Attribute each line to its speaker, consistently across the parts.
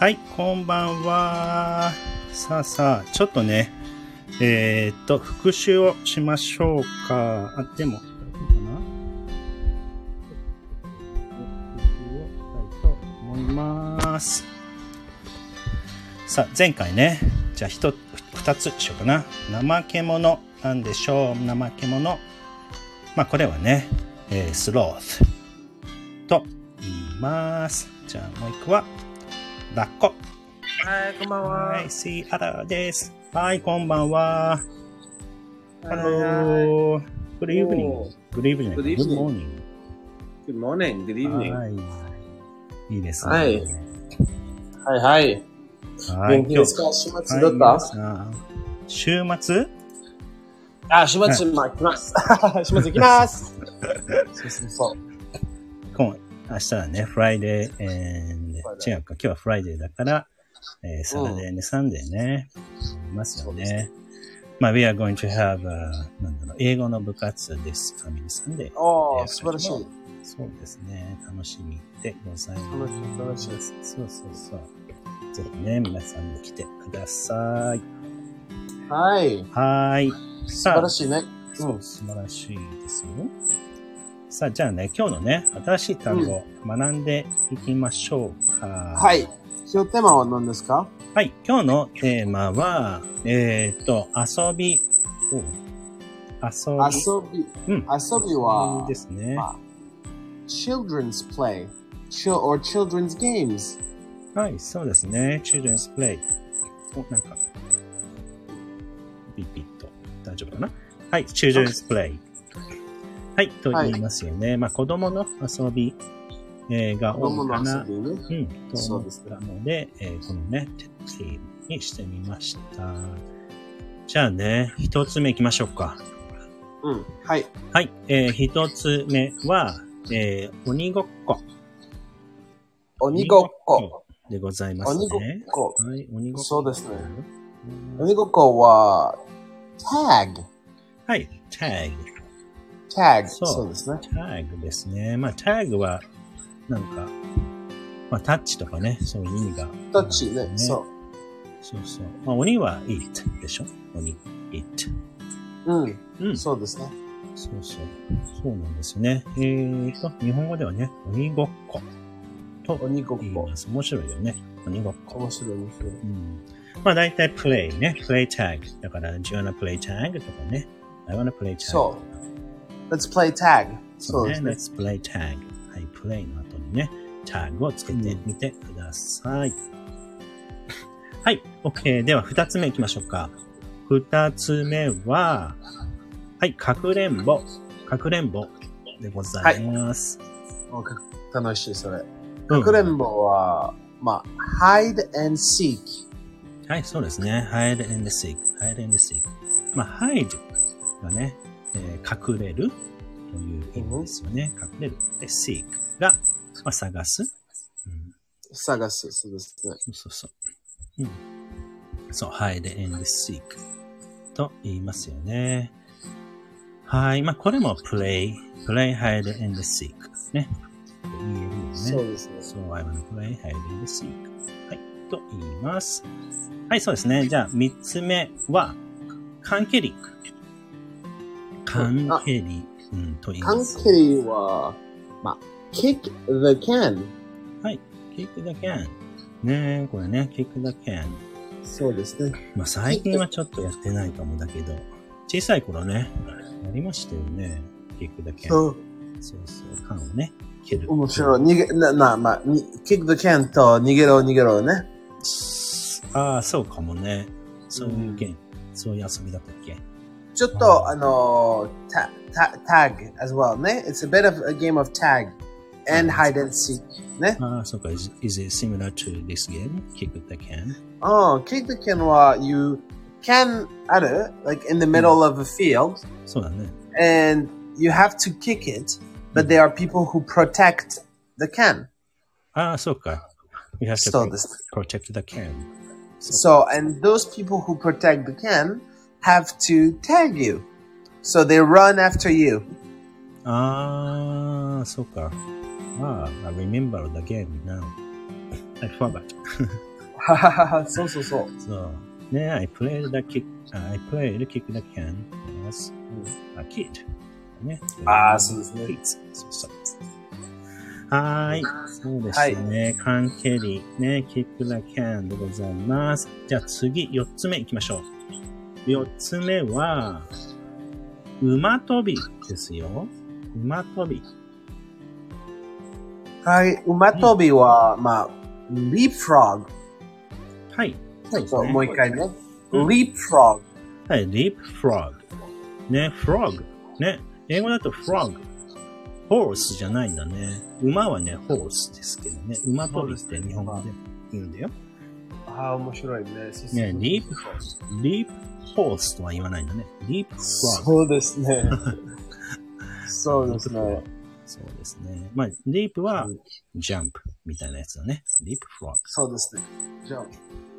Speaker 1: はい、こんばんは。さあさあ、ちょっとね、えー、っと、復習をしましょうか。あ、でも、どうかな復習をしたいと思います。さあ、前回ね、じゃあ一、二つしようかな。怠け者なんでしょう。怠け者。まあ、これはね、えー、スロースと言います。じゃあ、もう一個は、ラッコ。、
Speaker 2: はい、こんばんは。はい
Speaker 1: シーアラです。はい、こんばんは。ハロー。Good evening. Good evening. Good morning.。
Speaker 2: Good morning. Good evening. はい
Speaker 1: いいですね。
Speaker 2: はい。はいはい。
Speaker 1: はい
Speaker 2: 元気ですか週末だった
Speaker 1: 週末。
Speaker 2: あ、週末、まあ、来ます。 週末行きます。そうそうそう
Speaker 1: 今明日はね、フライデー、えー、違うか、今日はフライデーだから、えー、サタデーね、サンデーね、いますよね。まあ、we are going to have, uh, なんだろう、英語の部活です、ファミリーサンデー。
Speaker 2: ああ、素晴らしい。
Speaker 1: そうですね、楽しみでござい
Speaker 2: ます。楽しみ、楽しいです。
Speaker 1: そうそうそう。ぜひね、皆さんも来てください。
Speaker 2: はい。
Speaker 1: はい。
Speaker 2: 素晴らしいね。
Speaker 1: そう、素晴らしいですよ。さあ、じゃあね、今日のね、新しい単語、学んでいきましょうか。うん、
Speaker 2: はい。今日テーマは何ですか
Speaker 1: はい。今日のテーマは、えー、っと、遊び。遊
Speaker 2: び。遊び。うん、遊びは、
Speaker 1: ですね、
Speaker 2: まあ、children's play or children's games。
Speaker 1: はい、そうですね。children's play。お、なんか、ピピッと。大丈夫かなはい、children's play。はい、と言いますよね。はい、まあ、子供の遊び、えー、が多いかな、、
Speaker 2: ね、うん
Speaker 1: と思ったので、で、ね、えー、このね、テーマにしてみました。じゃあね、一つ目いきましょうか。
Speaker 2: うん、はい。
Speaker 1: はい、えー、一つ目は、えー、鬼ごっこ。
Speaker 2: 鬼ごっこ。
Speaker 1: でございますね。
Speaker 2: 鬼ごっこ。
Speaker 1: はい、鬼ごっこ。
Speaker 2: そうですね。鬼ごっこは、タグ。
Speaker 1: はい、タグ。
Speaker 2: タグ。そうですね。
Speaker 1: タグですね。まあ、タグは、なんか、まあ、タッチとかね、そういう意味が、ね、
Speaker 2: タッチね、そう。
Speaker 1: そうそう。まあ、鬼は it でしょ鬼、it。
Speaker 2: うん。うん。そうですね。
Speaker 1: そうそう。そうなんですね。えーと、日本語ではね、鬼ごっこと。
Speaker 2: 鬼ごっこ。
Speaker 1: 面白いよね。鬼ごっこ。。
Speaker 2: 面白い、面白い。うん
Speaker 1: まあ、大体 play ね。play tag。だから、do you wanna play tag? とかね。I wanna play tag.
Speaker 2: そう。Let's play tag.
Speaker 1: そうですね。Let's play tag. はい、play の後にね、タグをつけてみてください。うん、はい、OK。では、二つ目いきましょうか。二つ目は、はい、かくれんぼ。かくれんぼでございます。
Speaker 2: はい、楽しい、それ。かくれんぼは、うん、まあ、hide and seek。
Speaker 1: はい、そうですね。hide and seek。hide and seek。まあ、hide がね、えー、隠れるという意味ですよね。隠れる。で、seek が、まあ、探す、
Speaker 2: うん。探す、そうですね。
Speaker 1: そうそう。うん、そう、hide and seek と言いますよね。はい。まあ、これも play, play, hide and seek ね。言えるよね。
Speaker 2: そうですね。。
Speaker 1: そう、I wanna play, hide and seek. はい。と言います。はい、そうですね。じゃあ、三つ目は、関係リ缶蹴り、うん、と言います
Speaker 2: 缶蹴りは、まあ、kick the can。
Speaker 1: はい、kick the can。ねえ、これね、kick the can。
Speaker 2: そうですね。
Speaker 1: まあ、最近はちょっとやってないかもだけど、小さい頃ね、やりましたよね、kick the can。
Speaker 2: そう。
Speaker 1: そうそう、缶をね、蹴る。
Speaker 2: 面白い。逃げ、な、な、まあ、kick the can と逃げろ、逃げろね。
Speaker 1: ああ、そうかもね。そういうゲーム、そういう遊びだったっけ
Speaker 2: ちょっと、あの、た、た、タグ as well ね。It's a bit of a game of tag and hide and seek ね。
Speaker 1: ああ、そうか。Is, is it similar to this game? Kick the can?
Speaker 2: ああ、kick the can は、you can ある like in the middle of a field.
Speaker 1: そうだね。
Speaker 2: And you have to kick it, but there are people who protect the can.
Speaker 1: ああ、そうか。You have to
Speaker 2: そうです。
Speaker 1: protect the can.
Speaker 2: So, and those people who protect the can, have to tag you. So they run after you.
Speaker 1: Ah, so Ah, I remember the game now. I forgot.
Speaker 2: そうそうそう。
Speaker 1: So, yeah, I played the kick. I played kick the can as a kid. ね。Ah,
Speaker 2: あーそうですね
Speaker 1: kids そうそう。はーい。そうですね。カンケリー、ね、キックラキャンでございます。じゃあ次、四つ目行きましょう。四つ目は、馬跳びですよ。馬跳び。
Speaker 2: はい、馬跳びは、まあ、リープフロ
Speaker 1: はい。そう
Speaker 2: グ。
Speaker 1: です
Speaker 2: そう、
Speaker 1: ね
Speaker 2: もう一回ね。
Speaker 1: うん
Speaker 2: リープフロ
Speaker 1: はい、leap frog。ね、frog。ね、英語だと frog。horse じゃないんだね。馬はね、horse ですけどね。馬飛びって日本語で言うんだよ。
Speaker 2: グ。ああ、面白いね。そうそうそう
Speaker 1: ね、leap, leap horse とは言わないんだね。leap frog。
Speaker 2: そうですね。そうですね。
Speaker 1: そうですね。まあ、leap は jump みたいなやつだね。leap frog。
Speaker 2: そうですね。じゃあ、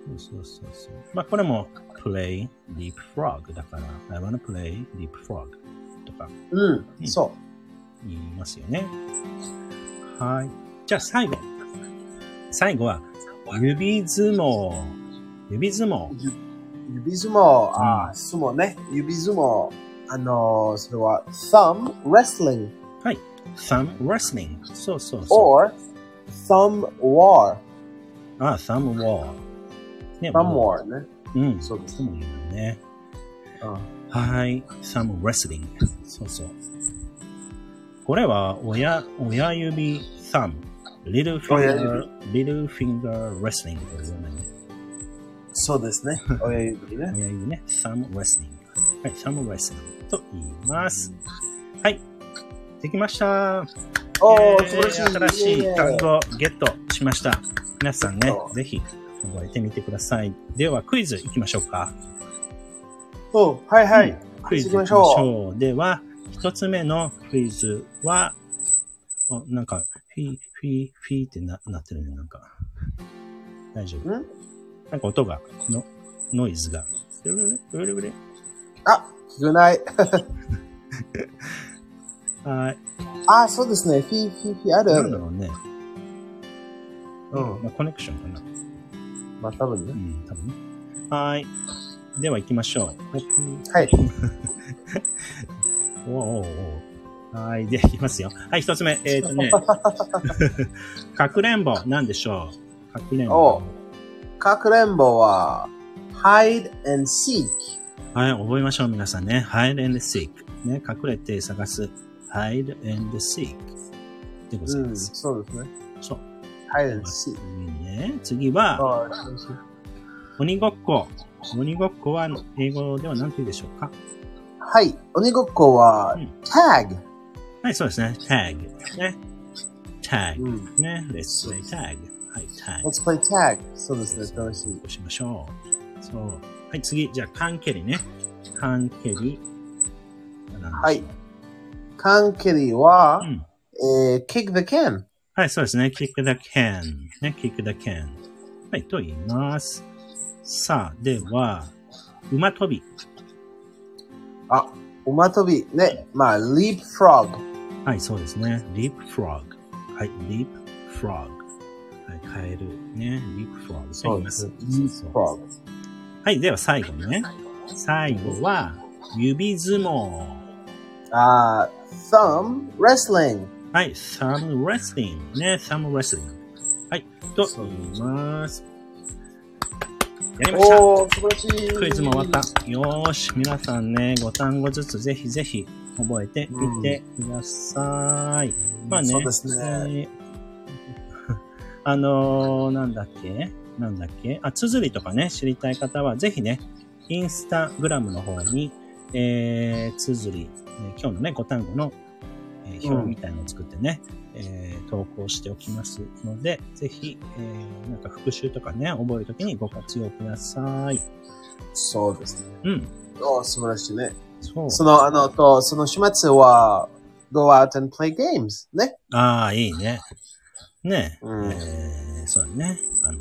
Speaker 1: そうそうそうそう。まあ、これも play leap frog だから、I wanna play leap frog とか。
Speaker 2: うん、そう。
Speaker 1: 言いますよね。はい。じゃあ最後。最後は、指相撲。指相撲。
Speaker 2: ゆ指相撲、
Speaker 1: う
Speaker 2: あー相撲ね。指相撲、あのー、それは、thumb wrestling
Speaker 1: はい。thumb wrestling。そうそうそう。
Speaker 2: or thumb war。
Speaker 1: あ、thumb war。ね、
Speaker 2: thumb war ね。
Speaker 1: うん。
Speaker 2: そ
Speaker 1: そうう
Speaker 2: で
Speaker 1: ですすね。
Speaker 2: うん
Speaker 1: はい。thumb wrestling。そうそう。これは、親、親指 thumb。little
Speaker 2: 親
Speaker 1: finger, little finger wrestling と言わないね。
Speaker 2: そうですね。親指ね。
Speaker 1: 親指ね、サムレスリング。はい、サムレスリングと言います。はい。できました。
Speaker 2: お
Speaker 1: え
Speaker 2: ー、
Speaker 1: ー
Speaker 2: 素晴らしい。
Speaker 1: 新し
Speaker 2: イエー
Speaker 1: い
Speaker 2: イ
Speaker 1: 単語をゲットしました。皆さんね
Speaker 2: そ、う
Speaker 1: ぜひ覚えてみてください。では、クイズいきましょうか。
Speaker 2: うん、はいは
Speaker 1: う
Speaker 2: い。
Speaker 1: んクイズいき
Speaker 2: 行き
Speaker 1: ま
Speaker 2: ま
Speaker 1: し
Speaker 2: し
Speaker 1: ょ
Speaker 2: ょう
Speaker 1: う。では、一つ目のクイズは、おなんか、フィー、フィー、フィーってななってるね、なんか。大丈夫。
Speaker 2: ん
Speaker 1: なんか音が、のノイズが。ブルブルブルブル
Speaker 2: あ、聞くない。
Speaker 1: はい。
Speaker 2: あ、そうですね。フィーフィーフィー
Speaker 1: な
Speaker 2: あ
Speaker 1: んだ
Speaker 2: る。
Speaker 1: ろうね。
Speaker 2: うん。
Speaker 1: まあ、コネクションかな。
Speaker 2: まあ、多分
Speaker 1: う
Speaker 2: ね。
Speaker 1: ん、多分ね。はーい。では行きましょう。
Speaker 2: はい。
Speaker 1: おおおおはーい。で、行きますよ。はい、一つ目。えっ、ー、とね。かくれんぼ、なんでしょうかくれんぼ
Speaker 2: お。かくれんぼは、hide and seek。
Speaker 1: はい、覚えましょう、皆さんね。hide and seek。ね、隠れて探す。hide and seek。でございうま
Speaker 2: ん、
Speaker 1: す。
Speaker 2: そうですね。
Speaker 1: そう。
Speaker 2: hide and seek。
Speaker 1: いいね。次は、
Speaker 2: あーそうそう
Speaker 1: 鬼ごっこ。鬼ごっこは英語では何て言うでしょうか
Speaker 2: はい。鬼ごっこは
Speaker 1: うん
Speaker 2: tag。
Speaker 1: はい、そうですね。tag ね。tag
Speaker 2: うん。
Speaker 1: ね。let's play tag. はい、tag
Speaker 2: Let's play tag. そうですね。楽しい。
Speaker 1: をしましょう。そう。はい、次。じゃあ、缶蹴りね。缶蹴り。
Speaker 2: はい。缶蹴りは、
Speaker 1: うん。
Speaker 2: えー、kick the can。
Speaker 1: はい、そうですね。kick the can. ね、kick the can. はい、と言います。さあ、では、馬跳び。
Speaker 2: あ、馬跳び。ね。まあ、leapfrog。
Speaker 1: はい、そうですね。leapfrog。はい、leapfrog。はい、カエル。ね、leapfrog。
Speaker 2: そう
Speaker 1: で
Speaker 2: ですす。
Speaker 1: そう
Speaker 2: leapfrog。
Speaker 1: はい、では最後ね。最後は、指相撲。
Speaker 2: あー、thumb wrestling。
Speaker 1: はい、thumb wrestling。ね、thumb wrestling。はい、と言います。やりました。
Speaker 2: おー、素晴らしい。
Speaker 1: クイズも終わった。よーし、皆さんね、5単語ずつぜひぜひ覚えてみてください。まあね、
Speaker 2: そうですね。
Speaker 1: ね。 あのー、なんだっけなんだっけあ、綴りとかね、知りたい方は、ぜひね、インスタグラムの方に、えー、綴り、えー今日のね、5単語の、えー
Speaker 2: うん
Speaker 1: 表みたいのを作ってね、えー投稿しておきますので、ぜひ、えー、なんか復習とかね、覚えるときにご活用ください。
Speaker 2: そうですね。
Speaker 1: うん。
Speaker 2: おー、素晴らしいね。
Speaker 1: そう。
Speaker 2: その、あの、と、その始末は、go out and play games。ね。
Speaker 1: ああ、いいね。ねえ、
Speaker 2: うん
Speaker 1: えーそうだね。あの、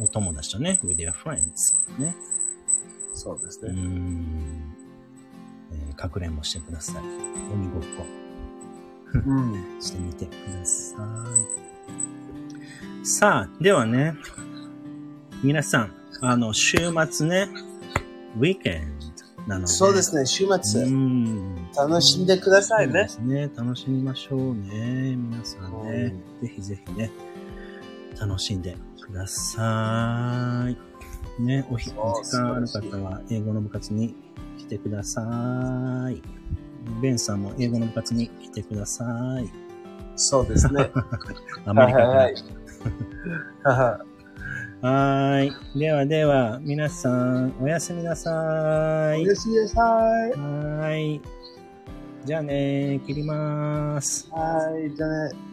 Speaker 1: お友達とね、with your friends ね。
Speaker 2: そうです
Speaker 1: うー
Speaker 2: ね。
Speaker 1: ん。えー、隠れんぼしてください。鬼ごっ
Speaker 2: うん。
Speaker 1: こしてみてください。さあ、ではね、皆さん、あの、週末ね、ウィーケンドなので。
Speaker 2: そうですね、週
Speaker 1: う
Speaker 2: 末、
Speaker 1: ん。
Speaker 2: 楽しんでください
Speaker 1: そうで
Speaker 2: ね。
Speaker 1: すね。楽しみましょうね。皆さんね。ぜひぜひね、楽しんでください。ね、おひ
Speaker 2: そう
Speaker 1: お時間ある方は、英語の部活に来てください。ベンさんも英語の部活に来てください。
Speaker 2: そうですね。
Speaker 1: アメリカから。
Speaker 2: はいはい。
Speaker 1: はーい。ではでは、皆さん、おやすみなさい。は
Speaker 2: Yes, yes, hi.
Speaker 1: ーい。じゃあね切ります。
Speaker 2: Hi, Janet.